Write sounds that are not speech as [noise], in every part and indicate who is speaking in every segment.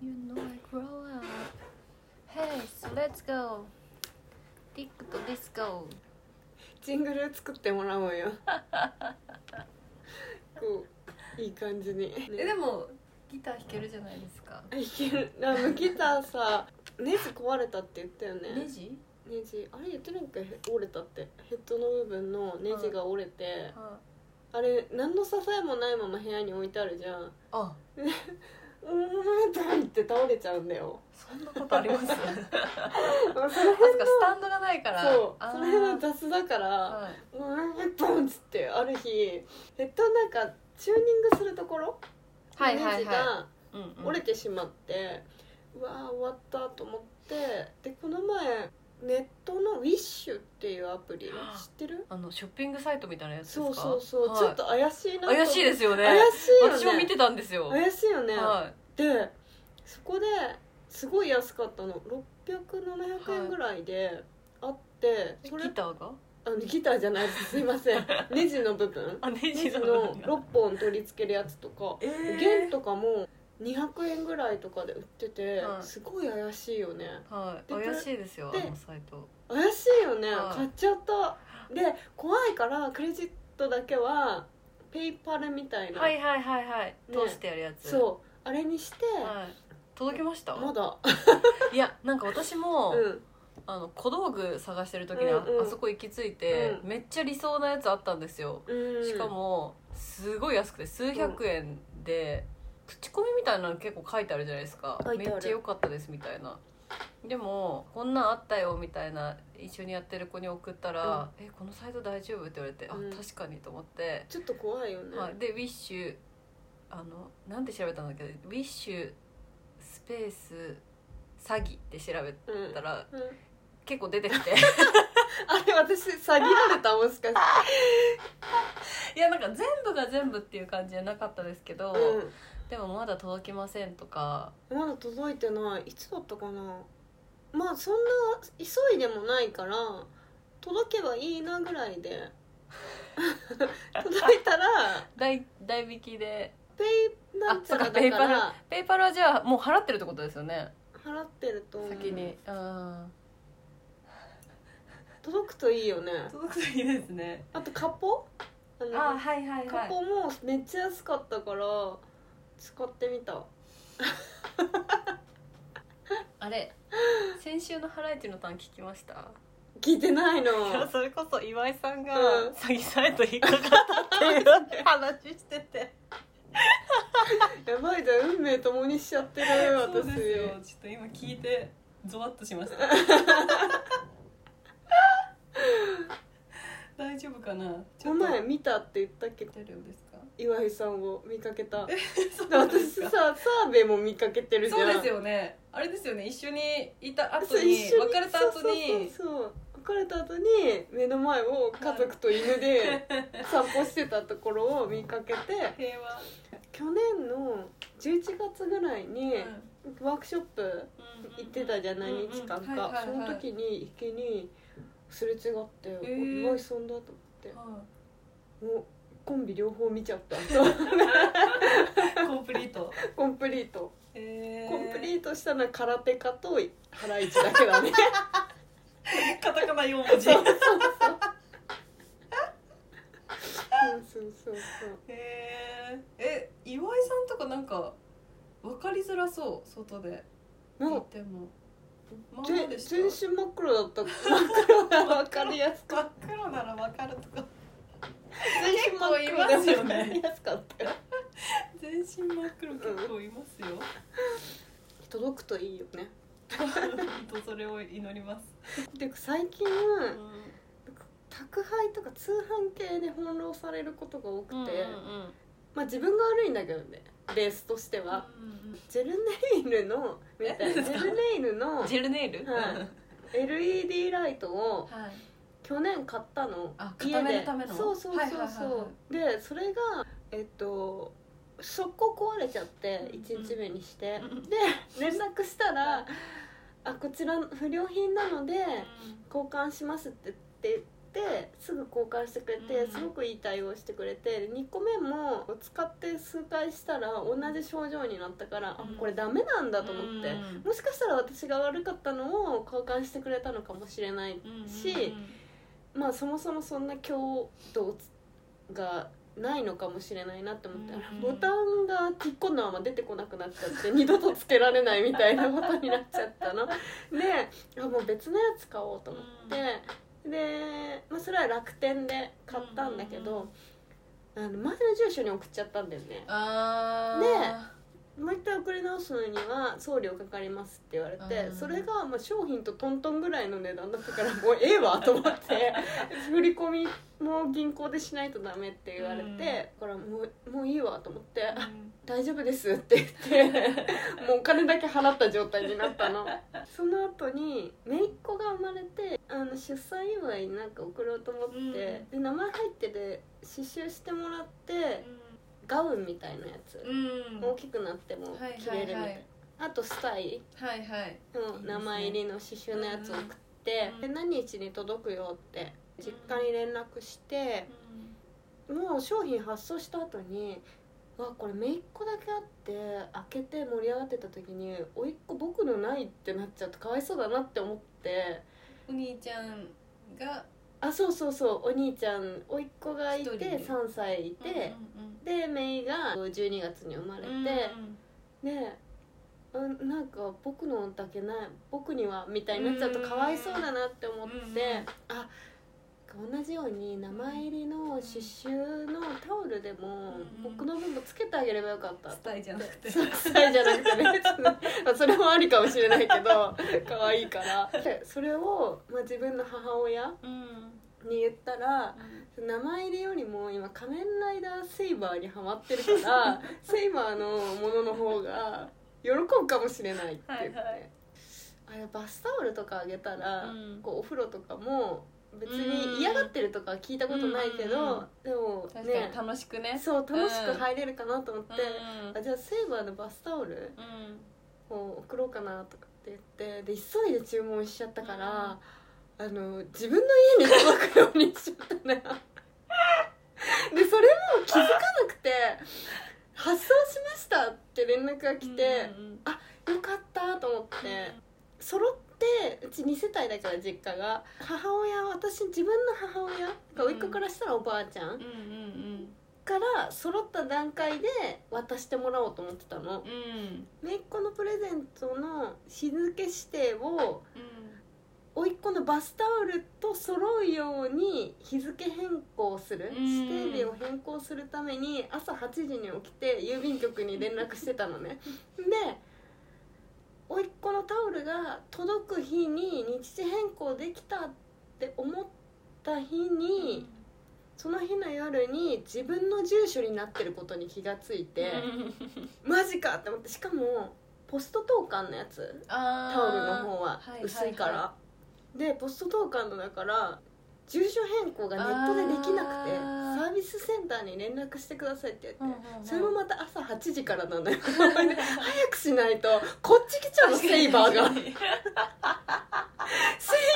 Speaker 1: You know I grow up. Hey, so let's go. ディックとディスコ。
Speaker 2: ジングル作ってもらお
Speaker 1: [laughs]
Speaker 2: うよこういい感じに、
Speaker 1: え、でもギター弾けるじゃないですか。
Speaker 2: あいけるあのギターさネジ壊れたって言ったよ
Speaker 1: ネ
Speaker 2: ね
Speaker 1: ジ？
Speaker 2: ネジあれ言ってなんかへ折れたってヘッドの部分のネジが折れて、
Speaker 1: あ、
Speaker 2: あれ何の支えもないまま部屋に置いてあるじゃんう
Speaker 1: あ、
Speaker 2: ーんとか言って倒れちゃうんだよ
Speaker 1: そんなことあり
Speaker 2: [laughs]
Speaker 1: ます？あ、そっか
Speaker 2: その辺の
Speaker 1: スタンドがないから。
Speaker 2: そう
Speaker 1: あー
Speaker 2: その辺は雑だから
Speaker 1: は
Speaker 2: うーんとんっつってある日ヘッドなんかチューニングするところ
Speaker 1: はい
Speaker 2: ネ
Speaker 1: はいはい
Speaker 2: ジが
Speaker 1: い。うんうん
Speaker 2: 折れてしまって、うわー終わったと思ってでこの前ネットのウィッシュっていうアプリ知ってる
Speaker 1: あのショッピングサイトみたいなやつですか？
Speaker 2: そうそうそう、
Speaker 1: はい
Speaker 2: ちょっと怪しいなと
Speaker 1: 怪しいですよね。
Speaker 2: 怪しいよね
Speaker 1: 私も見てたんですよ。
Speaker 2: 怪しいよね、
Speaker 1: は
Speaker 2: でそこですごい安かったの600700円ぐらいであって、
Speaker 1: い。
Speaker 2: それ
Speaker 1: ギターが？
Speaker 2: あのギターじゃないですすいませ [laughs] んネジの部分
Speaker 1: あ、ネ
Speaker 2: ネ
Speaker 1: ジ
Speaker 2: ジ
Speaker 1: の部
Speaker 2: の
Speaker 1: 分が
Speaker 2: 6本取り付けるやつとか
Speaker 1: えー
Speaker 2: 弦とかも200円ぐらいとかで売ってて、
Speaker 1: はい
Speaker 2: すごい怪しいよね
Speaker 1: はい、
Speaker 2: で
Speaker 1: 怪しいですよあ
Speaker 2: で
Speaker 1: のサイト
Speaker 2: 怪しいよね、
Speaker 1: はい
Speaker 2: 買っちゃったで怖いからクレジットだけはペイパルみたいな、
Speaker 1: はいはいはいはい、
Speaker 2: ね
Speaker 1: 通してやるやつ
Speaker 2: そうあれにして、
Speaker 1: はい、届きました
Speaker 2: まだ
Speaker 1: いやなんか私も、
Speaker 2: うん
Speaker 1: あの小道具探してる時にあ,、
Speaker 2: うんうん
Speaker 1: そこ行き着いて、
Speaker 2: う
Speaker 1: めっちゃ理想なやつあったんですよ、
Speaker 2: うん
Speaker 1: しかもすごい安くて数百円で、口コミみたいなの結構書いてあるじゃないですか
Speaker 2: 書い
Speaker 1: め
Speaker 2: てある
Speaker 1: っちゃ良かったですみたいなでもこんなんあったよみたいな一緒にやってる子に送ったら「えこのサイト大丈夫?」って言われて「あ
Speaker 2: うん
Speaker 1: 確かに」と思って
Speaker 2: ちょっと怖いよね、
Speaker 1: はい、でウィッシュあのなんて調べたんだっけどウィッシュスペース詐欺って調べ
Speaker 2: うん
Speaker 1: たら
Speaker 2: うん
Speaker 1: 結構出てきて
Speaker 2: あれ私詐欺られたもしかして、
Speaker 1: [laughs] いやなんか全部が全部っていう感じじゃなかったですけど、
Speaker 2: う
Speaker 1: でもまだ届きませんとか
Speaker 2: ん、まだ届いてないいつだったかなまあそんな急いでもないから届けばいいなぐら
Speaker 1: [laughs]
Speaker 2: いで届いたら
Speaker 1: 代代引きで
Speaker 2: ペイなんちゃら
Speaker 1: あそ
Speaker 2: だ
Speaker 1: っかペイ
Speaker 2: か
Speaker 1: パル
Speaker 2: ら
Speaker 1: ペイパルはじゃあもう払ってるってことですよね
Speaker 2: 払ってると思う
Speaker 1: 先にあ
Speaker 2: 届くといいよね
Speaker 1: あ届くといいですね
Speaker 2: あとカポあの
Speaker 1: あはいはいは
Speaker 2: カ
Speaker 1: い
Speaker 2: ポもめっちゃ安かったから使ってみた
Speaker 1: あれ先週のハライチのターン聞きました
Speaker 2: 聞いてないの
Speaker 1: いやそれこそ岩井さんが
Speaker 2: うん
Speaker 1: 詐欺サイト引っかかったっていう話してて
Speaker 2: やばいじゃん運命共にしちゃってる私
Speaker 1: そうですよちょっと今聞いてゾワッとしました
Speaker 2: [laughs]
Speaker 1: 大丈夫かな
Speaker 2: この前見たって言ったっけ
Speaker 1: 出るんですか
Speaker 2: 岩井さんを見かけたで
Speaker 1: そう
Speaker 2: 私さ澤部も見かけてるじゃん
Speaker 1: ですよねあれですよね一緒にいた後
Speaker 2: そう
Speaker 1: に
Speaker 2: 一緒に
Speaker 1: 別れた後に
Speaker 2: そうそうそうそう別れた後に目の前を家族と
Speaker 1: [laughs]
Speaker 2: 犬で散歩してたところを見かけて
Speaker 1: 平和、
Speaker 2: 去年の11月ぐらいに
Speaker 1: うん
Speaker 2: ワークショップ行ってたじゃない
Speaker 1: うんうん
Speaker 2: 日間
Speaker 1: はいはいは
Speaker 2: か
Speaker 1: い
Speaker 2: その時に池にすれ違って「お
Speaker 1: ー
Speaker 2: 岩井さんだ」と思って
Speaker 1: は
Speaker 2: もうコンビ両方見ちゃ
Speaker 1: [laughs]
Speaker 2: った
Speaker 1: いコンプリート、
Speaker 2: コンプリート
Speaker 1: え
Speaker 2: コンプリートしたのは空手家とハライチだけ
Speaker 1: [laughs]
Speaker 2: だね
Speaker 1: ートカタカナ4文字
Speaker 2: そうそうそううんそうそうそう
Speaker 1: へーえ岩井さんとかなんか分かりづらそう外で
Speaker 2: なん
Speaker 1: 行
Speaker 2: か
Speaker 1: ってもまあまあ
Speaker 2: 全
Speaker 1: でした
Speaker 2: 全身真っ黒だった真っ黒が分かりやすか
Speaker 1: 真
Speaker 2: っ
Speaker 1: っ黒なら分かるとか
Speaker 2: た全身真
Speaker 1: 結
Speaker 2: っ
Speaker 1: 構いますよ
Speaker 2: 黒で
Speaker 1: ね
Speaker 2: 分かりやすかったよ
Speaker 1: 全身真っ黒結構いますよ、
Speaker 2: 届くといいよね
Speaker 1: ほんとそれを祈ります、
Speaker 2: で最近宅配とか通販系で翻弄されることが多くて、まあ自分が悪いんだけどねベースとしては、ジェルネイルのみたい
Speaker 1: え [laughs]
Speaker 2: なジェルネイルの
Speaker 1: ジェルネイル
Speaker 2: はい
Speaker 1: うん
Speaker 2: LED ライトを
Speaker 1: はい
Speaker 2: 去年買ったの
Speaker 1: あ固めるための
Speaker 2: そうそうそう
Speaker 1: はいはい
Speaker 2: そうでそれがえっと速攻壊れちゃって
Speaker 1: うん
Speaker 2: 1日目にして、
Speaker 1: うん
Speaker 2: で連絡したら「あこちら不良品なので
Speaker 1: はいはい
Speaker 2: 交換します」って言っててすぐ交換してくれて
Speaker 1: うん
Speaker 2: すごくいい対応してくれて2個目も使って数回したら同じ症状になったからあ
Speaker 1: うん
Speaker 2: これダメなんだと思って
Speaker 1: うん
Speaker 2: もしかしたら私が悪かったのを交換してくれたのかもしれないしまあそもそもそんな強度がないのかもしれないなって思ったら、
Speaker 1: うん
Speaker 2: ボタンが引っ込んだまま出てこなくなっちゃって二度とつけられないみたいなことになっちゃった [laughs] のであもう別のやつ買おうと思ってで、まあ、それは楽天で買ったんだけど、あの前の住所に送っちゃったんだよね
Speaker 1: あ
Speaker 2: もう一回送り直すのには送料かかりますって言われて、
Speaker 1: うん
Speaker 2: それがまあ商品とトントンぐらいの値段だったからもうええわと思って
Speaker 1: [laughs]
Speaker 2: 振り込みも銀行でしないとダメって言われて、
Speaker 1: うん
Speaker 2: だからもうもういいわと思って
Speaker 1: ね
Speaker 2: あ大丈夫ですって言ってもうお金だけ払った状態になった
Speaker 1: [laughs]
Speaker 2: のその後に姪っ子が生まれてあの出産祝いになんか送ろうと思って、
Speaker 1: うん
Speaker 2: で名前入ってて刺繍してもらってガウンみたいなやつ、
Speaker 1: うん
Speaker 2: 大きくなっても
Speaker 1: はい
Speaker 2: 着
Speaker 1: は
Speaker 2: れるみた
Speaker 1: い
Speaker 2: いな、
Speaker 1: はい
Speaker 2: あとスタイ
Speaker 1: はいはい
Speaker 2: の名前入りの刺繍のやつを送って、
Speaker 1: うん
Speaker 2: で何日に届くよって実家に連絡して、もう商品発送した後に「わこれめいっ子だけあって開けて盛り上がってた時においっ子僕のない」ってなっちゃってかわいそうだなって思って。
Speaker 1: お兄ちゃんが
Speaker 2: あそうそうそうお兄ちゃんおいっ子がい
Speaker 1: 一
Speaker 2: て
Speaker 1: 人で
Speaker 2: 3歳いて、でめいが12月に生まれて、ねえうんなんか僕のだけない僕にはみたいになっちゃうとかわいそうだなって思って、
Speaker 1: うんうん
Speaker 2: あ同じように名前入りの刺繍のタオルでも
Speaker 1: うん
Speaker 2: 僕の分もつけてあげればよかった
Speaker 1: スタイじゃなくて
Speaker 2: そう臭いじゃなくてね [laughs] まあそれもありかもしれないけど可愛いからでそれを、まあ、自分の母親
Speaker 1: うん
Speaker 2: に言ったら名前入りよりも今仮面ライダーセイバーにハマってるから
Speaker 1: [laughs]
Speaker 2: セイバーのものの方が喜ぶかもしれないって言って、
Speaker 1: はいはい
Speaker 2: あれバスタオルとかあげたら、
Speaker 1: うん
Speaker 2: こうお風呂とかも別に嫌がってるとかは聞いたことないけど、
Speaker 1: うん
Speaker 2: でも
Speaker 1: 確か
Speaker 2: ね
Speaker 1: に楽しくね
Speaker 2: そう楽しく入れるかなと思って、
Speaker 1: うん
Speaker 2: あじゃあセイバーのバスタオル
Speaker 1: うん
Speaker 2: を送ろうかなとかって言ってで急いで注文しちゃったから、あの自分の家に届くようにしちゃったのよ [laughs] でそれも気づかなくて「発送しました」って連絡が来て、
Speaker 1: うん
Speaker 2: よかったと思って、揃ってうち2世帯だから実家が母親私自分の母親が甥っ子からしたらおばあちゃん、
Speaker 1: うんうん
Speaker 2: から揃った段階で渡してもらおうと思ってたの、
Speaker 1: うんうん
Speaker 2: 姪っ子のプレゼントの日付指定を
Speaker 1: うん
Speaker 2: 甥っ子のバスタオルと揃うように日付変更する
Speaker 1: うん
Speaker 2: 指定日を変更するために朝8時に起きて郵便局に連絡してたの
Speaker 1: [laughs]
Speaker 2: ねで甥っ子のタオルが届く日に日時変更できたって思った日に、その日の夜に自分の住所になってることに気がついて。マジかって思ってしかもポスト投函のやつ
Speaker 1: あー
Speaker 2: タオルの方は
Speaker 1: はいはい
Speaker 2: 薄いから、でポスト投函のだから住所変更がネットでできなくて
Speaker 1: あー
Speaker 2: サービスセンターに連絡してくださいって
Speaker 1: う
Speaker 2: 言
Speaker 1: んう
Speaker 2: っ
Speaker 1: ん
Speaker 2: て、
Speaker 1: うん
Speaker 2: それもまた朝8時からなのよ [laughs] 早くしないとこっち来ちゃうのセイバ
Speaker 1: [laughs]
Speaker 2: ーがセイ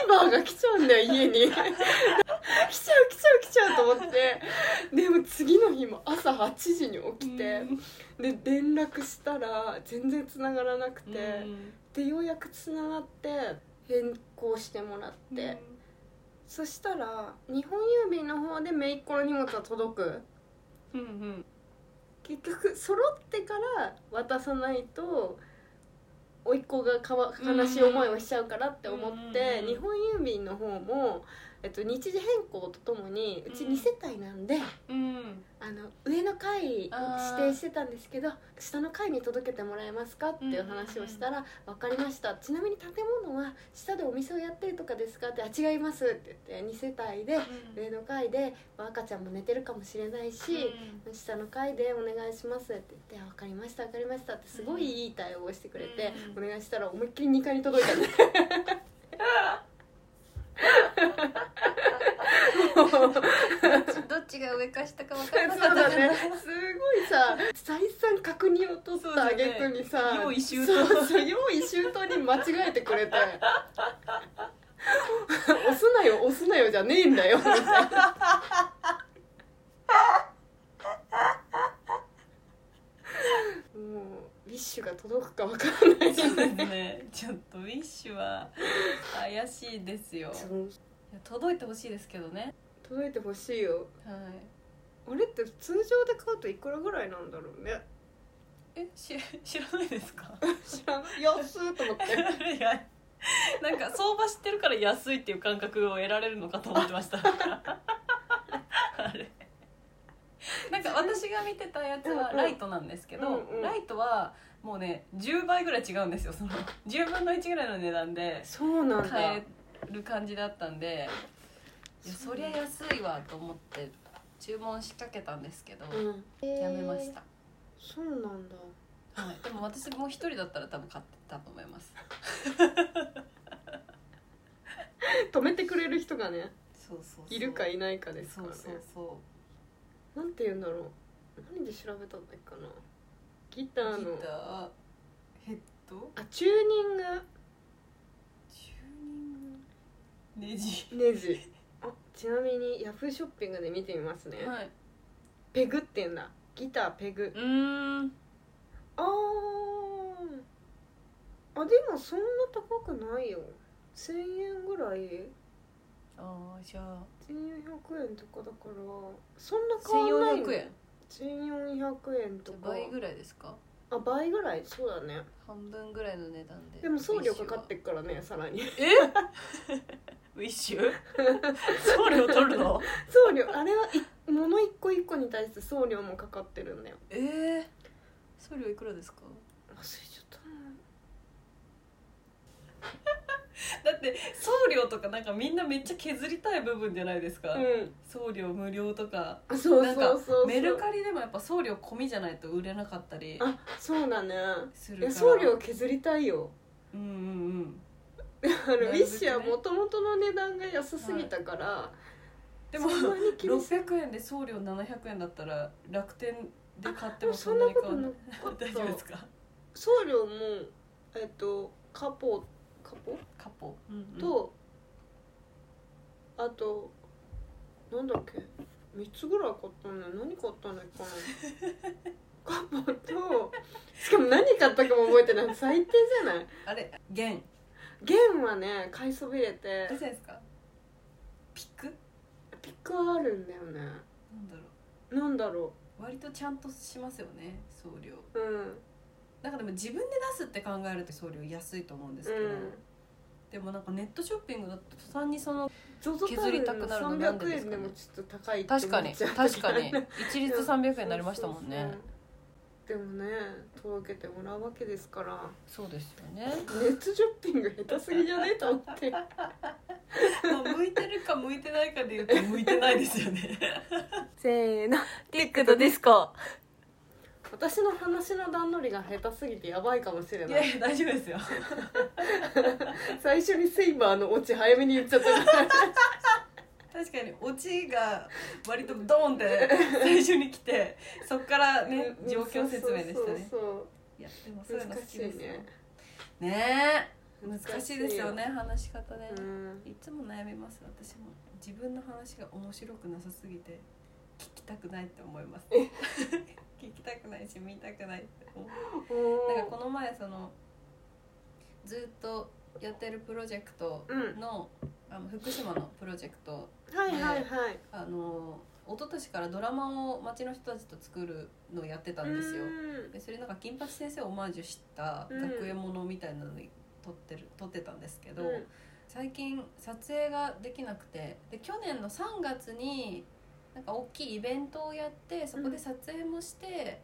Speaker 2: バーが来ちゃうんだよ家に [laughs] 来ちゃう来ちゃう来ちゃうと思ってでも次の日も朝8時に起きて、で連絡したら全然繋がらなくて、でようやく繋がって変更してもらって、そしたら日本郵便の方で姪っ子の荷物は届く
Speaker 1: うんうん
Speaker 2: 結局揃ってから渡さないと甥っ子がかわ悲しい思いをしちゃうからって思って、
Speaker 1: うん
Speaker 2: 日本郵便の方も、えっと、日時変更とともにうち2世帯なんで。
Speaker 1: うん
Speaker 2: あの上の階に指
Speaker 1: あー
Speaker 2: 定してたんですけど下の階に届けてもらえますかっていう話をしたら「分かりましたちなみに建物は下でお店をやってるとかですか?」って「あ違います」って言って2世帯で上の階でまあ赤ちゃんも寝てるかもしれないし、下の階で「お願いします」って言って「分かりました分かりました」ってすごいいい対応をしてくれて、
Speaker 1: うん
Speaker 2: お願いしたら思いっきり2階に届いたねもう
Speaker 1: うん [laughs] どっちが上か下か分
Speaker 2: そ
Speaker 1: か
Speaker 2: う
Speaker 1: らなかった
Speaker 2: だ
Speaker 1: から
Speaker 2: ね、 [laughs] すごいさ再三確認を取った挙句にさ
Speaker 1: そうだね用意周
Speaker 2: そ
Speaker 1: 到
Speaker 2: うそう用意周到に間違えてくれて押すなよ押すなよじゃねえんだよみたいなもうウィッシュが届くか分かんない
Speaker 1: そうですねちょっとウィッシュは怪しいですよいや届いてほしいですけどね
Speaker 2: 届いてほしいよ
Speaker 1: はい
Speaker 2: あれって通常で買うといくらぐらいなんだろうね
Speaker 1: えし [laughs] 知らないですか [laughs]
Speaker 2: 知らん安っと思って
Speaker 1: いやなんか相場知ってるから安いっていう感覚を得られるのかと思ってましたあれなんか私が見てたやつは
Speaker 2: うんうん
Speaker 1: ライトなんですけど、
Speaker 2: うんうん
Speaker 1: ライトはもうね10倍ぐらい違うんですよその10分の1ぐらいの値段で
Speaker 2: そうなんだ
Speaker 1: 買える感じだったんでいやそりゃ安いわと思って注文しかけたんですけど、
Speaker 2: うん
Speaker 1: やめました、
Speaker 2: そうなんだ
Speaker 1: はい、でも私もう一人だったら多分買ってたと思います
Speaker 2: [laughs] 止めてくれる人がね
Speaker 1: そうそうそう
Speaker 2: いるかいないかです
Speaker 1: そ
Speaker 2: か
Speaker 1: う
Speaker 2: らね
Speaker 1: そうそう
Speaker 2: なんて言うんだろう何で調べたんだっけかなギター
Speaker 1: ギ
Speaker 2: の
Speaker 1: ターヘッド
Speaker 2: あチューニング
Speaker 1: チューニングネジ
Speaker 2: ネジあちなみにヤフーショッピングで見てみますね、
Speaker 1: はい
Speaker 2: ペグって言うんだギターペグ
Speaker 1: うーん
Speaker 2: あーあでもそんな高くないよ1000円ぐらい
Speaker 1: あーじゃあ
Speaker 2: 1400円とかだからそんな変わんない
Speaker 1: 1400円
Speaker 2: 1400円と
Speaker 1: じゃあ
Speaker 2: か
Speaker 1: 倍ぐらいですか
Speaker 2: あ倍ぐらいそうだね
Speaker 1: 半分ぐらいの値段で
Speaker 2: でも送料かかってっからねさらに [laughs]
Speaker 1: [laughs] ウィッシュ送料取るの
Speaker 2: 送料あれはい物一個一個に対して送料もかかってるんだよ
Speaker 1: えー、送料いくらですか
Speaker 2: 忘れちゃった
Speaker 1: だって送料とかなんかみんなめっちゃ削りたい部分じゃないですか、
Speaker 2: うん
Speaker 1: 送料無料とか
Speaker 2: あそうそうそうそう
Speaker 1: メルカリでもやっぱ送料込みじゃないと売れなかったり
Speaker 2: あそうだね
Speaker 1: するか
Speaker 2: いや
Speaker 1: ら
Speaker 2: 送料削りたいよ
Speaker 1: うんうん
Speaker 2: あ
Speaker 1: な
Speaker 2: の
Speaker 1: る
Speaker 2: ウ
Speaker 1: べくね
Speaker 2: ィッシュはもともとの値段が安すぎたから、
Speaker 1: でも
Speaker 2: そんなに気
Speaker 1: うん
Speaker 2: にし
Speaker 1: 600円で送料700円だったら楽天で買って
Speaker 2: で
Speaker 1: も
Speaker 2: も
Speaker 1: そ
Speaker 2: そ
Speaker 1: ん
Speaker 2: ん
Speaker 1: な
Speaker 2: な
Speaker 1: に
Speaker 2: こ
Speaker 1: 変わ
Speaker 2: と
Speaker 1: ん
Speaker 2: な
Speaker 1: ない
Speaker 2: かっ
Speaker 1: 大丈夫です
Speaker 2: た
Speaker 1: か
Speaker 2: 送料もえっとカポカポ
Speaker 1: カポ、うんうん
Speaker 2: と、あとなんだっけ3つぐらい買ったね何買ったんだっけかな
Speaker 1: [laughs]
Speaker 2: カポとしかも何買ったかも覚えてない最低じゃない
Speaker 1: あれ元
Speaker 2: 弦はね買いそびれて
Speaker 1: 大丈夫ですかピク
Speaker 2: ピックはあるんだよね
Speaker 1: なんだろ
Speaker 2: なんだろ
Speaker 1: う割とちゃんとしますよね送料
Speaker 2: ううん
Speaker 1: なんかでも自分で出すって考えると送料安いと思うんですけど、
Speaker 2: うん
Speaker 1: でもなんかネットショッピングだと途端にその
Speaker 2: ゾゾタウン
Speaker 1: 削りたくなるのなんで
Speaker 2: 300
Speaker 1: です
Speaker 2: 円
Speaker 1: かね
Speaker 2: でもちょっと高いって思っ
Speaker 1: 確かに
Speaker 2: ちゃう
Speaker 1: 確かに一律300円
Speaker 2: そう
Speaker 1: になりましたもんね
Speaker 2: そうそうでもね届けてもらうわけですから
Speaker 1: そうですよね
Speaker 2: ネットショッピング下手すぎじゃねと思ってで
Speaker 1: まあ向いてるか向いてないかで言うと [laughs] 向いてないですよね
Speaker 2: せーの
Speaker 1: ティックとディスコ
Speaker 2: 私の話の段取りが下手すぎてやばいかもしれ
Speaker 1: い
Speaker 2: な
Speaker 1: や
Speaker 2: い
Speaker 1: いや大丈夫ですよ
Speaker 2: 最初にセイバーのオチ早めに言っちゃった
Speaker 1: 確かにオチが割とドーンって最初に来てそっから
Speaker 2: [laughs]
Speaker 1: ね
Speaker 2: うん
Speaker 1: 状況説明でしたね
Speaker 2: そうそう
Speaker 1: いやでもそ
Speaker 2: そうう
Speaker 1: いうの好
Speaker 2: 難
Speaker 1: き
Speaker 2: しい
Speaker 1: ですよ
Speaker 2: ね
Speaker 1: ねえ難しいですよね話し方ね
Speaker 2: 難しいようん
Speaker 1: いつも悩みます私も自分の話が面白くなさすぎて聞きたくないって思います [laughs] 聞きたくないし見たくないって思うなんかこの前そのずっとやってるプロジェクト
Speaker 2: うん
Speaker 1: の,、あの福島のプロジェクト
Speaker 2: はいはいはい
Speaker 1: あの一昨年からドラマを町の人たちと作るのをやってたんですよ
Speaker 2: う
Speaker 1: でそれなんか金八先生をオマージュした
Speaker 2: うん
Speaker 1: 学園ものみたいなのに撮ってる撮ってたんですけど、
Speaker 2: んうん
Speaker 1: 最近撮影ができなくてで去年の3月になんか大きいイベントをやってそこで撮影もして、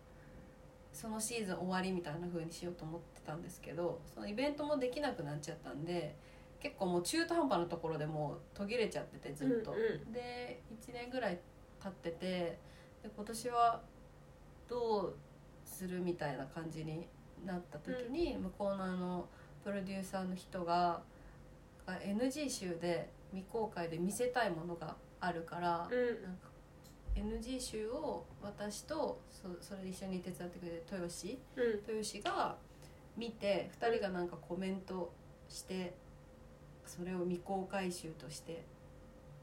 Speaker 1: そのシーズン終わりみたいな風にしようと思ってたんですけどそのイベントもできなくなっちゃったんで結構もう中途半端なところでもう途切れちゃっててずっと。
Speaker 2: うんうん
Speaker 1: で1年ぐらい経っててで今年はどうするみたいな感じになった時に、向こうのあのプロデューサーの人がが NG 集で未公開で見せたいものがあるから、なんか NG 集を私とそそれで一緒に手伝ってくれて豊吉
Speaker 2: うん
Speaker 1: 豊吉が見て2人がなんかコメントしてそれを未公開集として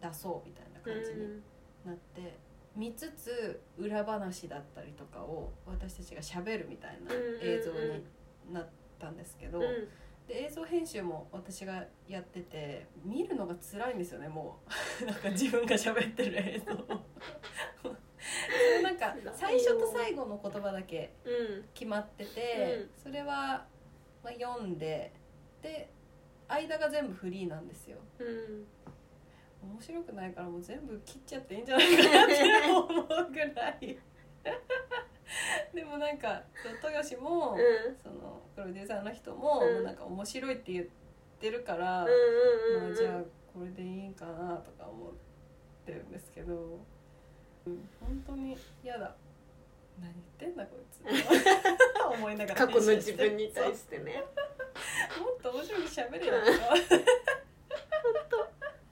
Speaker 1: 出出そうみたいな
Speaker 2: う
Speaker 1: 感じに
Speaker 2: ん
Speaker 1: なって見つつ裏話だったりとかを私たちがしゃべるみたいな映像になったんですけど、
Speaker 2: うん
Speaker 1: で映像編集も私がやってて見るのが辛いんですよねもう [laughs] なんか自分が喋ってる
Speaker 2: [laughs]
Speaker 1: 映像をそうなんか最初と最後の言葉だけ
Speaker 2: うん
Speaker 1: 決まってて、それは、まあ、読んでで間が全部フリーなんですよ
Speaker 2: うん
Speaker 1: 面白くないからもう全部切っちゃっていいんじゃないかなって思うぐらい [laughs] でもなんかそう豊志も、
Speaker 2: うんうん
Speaker 1: そのプロデューサーの人も、
Speaker 2: うん
Speaker 1: もうなんか面白いって言ってるから、
Speaker 2: うんうん
Speaker 1: ま
Speaker 2: う
Speaker 1: あ、
Speaker 2: ん
Speaker 1: じゃあこれでいいんかなとか思ってるんですけど、うん、本当に嫌だ何言ってんだこい
Speaker 2: [laughs]
Speaker 1: つ思いながら
Speaker 2: 過去の自分に
Speaker 1: そ
Speaker 2: 対
Speaker 1: う
Speaker 2: して
Speaker 1: [laughs]
Speaker 2: ね
Speaker 1: もっと面白く喋れよとか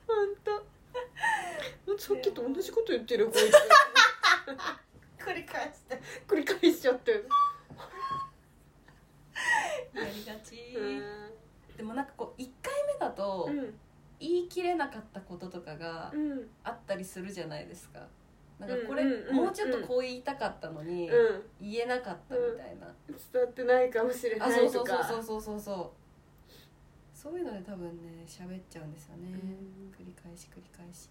Speaker 2: 本当さっきと同じこと言ってるこい
Speaker 1: [laughs]
Speaker 2: つ繰り返して繰り返しちゃってる
Speaker 1: やりがち、
Speaker 2: う
Speaker 1: でもなんかこう1回目だと
Speaker 2: ん
Speaker 1: 言い切れなかったこととかが
Speaker 2: うん
Speaker 1: あったりするじゃないですか。なんか
Speaker 2: うん
Speaker 1: これ、
Speaker 2: うんうん
Speaker 1: もうちょっとこう言いたかったのに、
Speaker 2: うん
Speaker 1: 言えなかったみたいな、
Speaker 2: 伝わってないかもしれ
Speaker 1: あ
Speaker 2: な
Speaker 1: そう
Speaker 2: い
Speaker 1: そ
Speaker 2: と
Speaker 1: うそう
Speaker 2: か
Speaker 1: そうそうそうそうそういうので多分ね喋っちゃうんですよね、
Speaker 2: うん
Speaker 1: 繰り返し繰り返し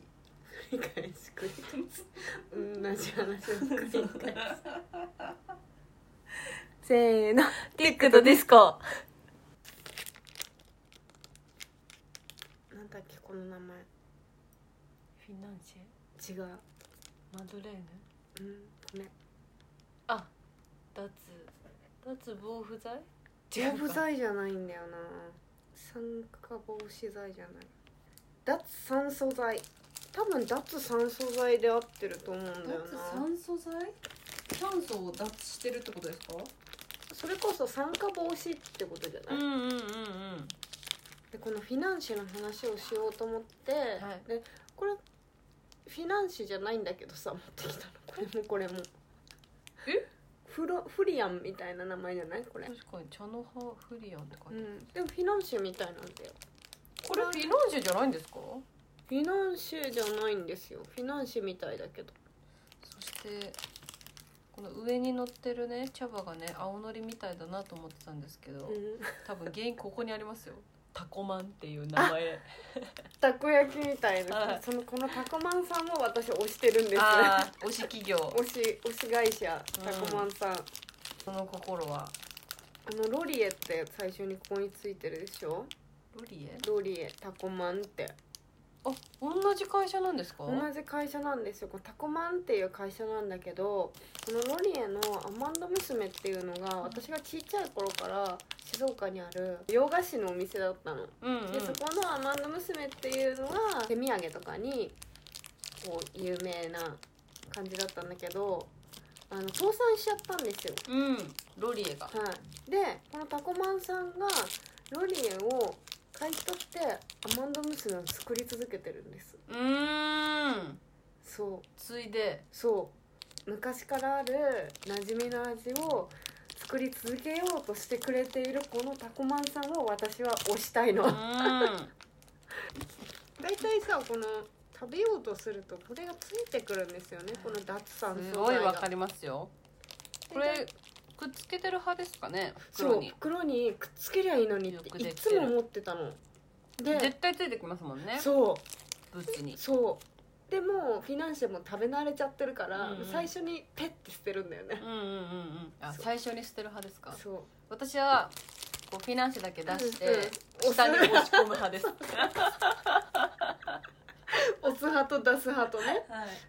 Speaker 2: 繰り返し繰り返し同じ話を繰り返しせーの
Speaker 3: ティックとディスコ。
Speaker 2: なんだっけこの名前
Speaker 3: フィナンシェ
Speaker 2: 違う
Speaker 3: マドレーヌ
Speaker 2: うんごめん
Speaker 3: 脱脱防腐剤
Speaker 2: 防腐
Speaker 3: 違うか
Speaker 2: 剤じゃないんだよな酸化防止剤じゃない脱酸素剤多分脱酸素剤で合ってると思うんだよな
Speaker 1: 脱酸素剤酸素を脱してるってことですか
Speaker 2: それこそ酸化防止ってことじゃない、
Speaker 3: うんうんうんうん
Speaker 2: でこのフィナンシェの話をしようと思って、
Speaker 3: はい
Speaker 2: でこれフィナンシェじゃないんだけどさ持ってきたのこれもこれも
Speaker 3: え
Speaker 2: フロフリアンみたいな名前じゃないこれ、
Speaker 3: 確かに茶の葉フリアンって書
Speaker 2: う
Speaker 3: いてある、
Speaker 2: ん、でもフィナンシェみたいなんだよ
Speaker 3: これフィナンシェじゃないんですか
Speaker 2: フィナンシェじゃないんですよフィナンシェみたいだけど
Speaker 3: そしてこの上に乗ってるね茶葉がね青のりみたいだなと思ってたんですけど、
Speaker 2: うん
Speaker 3: 多分原因ここにありますよタコマンっていう名前
Speaker 2: たこ焼きみたいな、
Speaker 3: はい
Speaker 2: そのこのタコマンさんも私推してるんで
Speaker 3: [laughs]
Speaker 2: す
Speaker 3: ああ推し企業
Speaker 2: 推し推し会社
Speaker 3: うん
Speaker 2: タコマンさん、
Speaker 3: その心は
Speaker 2: あのロリエって最初にここについてるでしょ
Speaker 3: ロリエ
Speaker 2: ロリエタコマンって
Speaker 3: あ同じ会社なんですか
Speaker 2: 同じ会社なんですよこのタコマンっていう会社なんだけどこのロリエのアマンド娘っていうのが私がちっちゃい頃から静岡にある洋菓子のお店だったの
Speaker 3: うんうん
Speaker 2: でそこのアマンド娘っていうのは手土産とかにこう有名な感じだったんだけどあの倒産しちゃったんですよ、
Speaker 3: うんロリエが
Speaker 2: はい、でこのタコマンさんがロリエを買い取ってアマンド娘を作り続けてるんです
Speaker 3: うーん
Speaker 2: そう
Speaker 3: ついで
Speaker 2: そう昔からある馴染みの味を作り続けようとしてくれているこのタコマンさんを私は推したいの
Speaker 3: うーん
Speaker 2: 大体さこの食べようとするとこれがついてくるんですよねこの脱酸
Speaker 3: す
Speaker 2: 素
Speaker 3: ごい
Speaker 2: 剤
Speaker 3: わ
Speaker 2: が
Speaker 3: かりますよこ
Speaker 2: 大
Speaker 3: れ
Speaker 2: 体
Speaker 3: くっつけてる派ですかね袋
Speaker 2: そう
Speaker 3: に
Speaker 2: 袋にくっつけりゃいいのにっ
Speaker 3: よく
Speaker 2: て
Speaker 3: で
Speaker 2: い
Speaker 3: きて
Speaker 2: つ
Speaker 3: る
Speaker 2: も思ってたので
Speaker 3: 絶対ついてきますもんね
Speaker 2: そう
Speaker 3: ブーツに
Speaker 2: そうでもフィナンシェも食べ慣れちゃってるから、
Speaker 3: うんうん
Speaker 2: 最初にペッて捨てるんだよね
Speaker 3: うんうんうんうんあ
Speaker 2: そう
Speaker 3: 最初に捨てる派ですか
Speaker 2: そう
Speaker 3: 私はこうフィナンシェだけ出して
Speaker 2: うんうん
Speaker 3: 下に押し込む派です [laughs]
Speaker 2: 押す派と出す派とね
Speaker 1: はい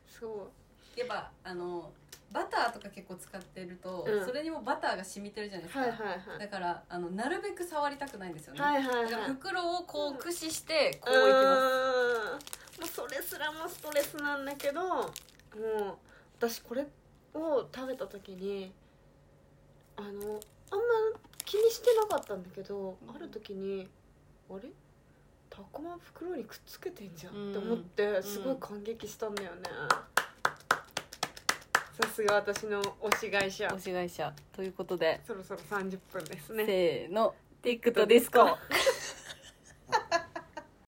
Speaker 2: そう
Speaker 1: やっぱあのバターとか結構使ってると、
Speaker 2: うん
Speaker 1: それにもバターが染みてるじゃないですか、
Speaker 2: はいはい
Speaker 1: だからあのなるべく触りたくないんですよね、
Speaker 2: はいはいは
Speaker 1: だ
Speaker 2: い
Speaker 1: から
Speaker 2: はい
Speaker 3: 袋をこう駆使してこういきます
Speaker 2: うーんもうそれすらもストレスなんだけどもう私これを食べた時にあのあんま気にしてなかったんだけど、
Speaker 1: うん
Speaker 2: ある時にあれタコマン袋にくっつけてんじゃん
Speaker 3: うん
Speaker 2: って思ってすごい感激したんだよね、さすが私の推し会社
Speaker 3: 推し会社ということで
Speaker 2: そろそろ30分ですね
Speaker 3: せーのティックとディスコ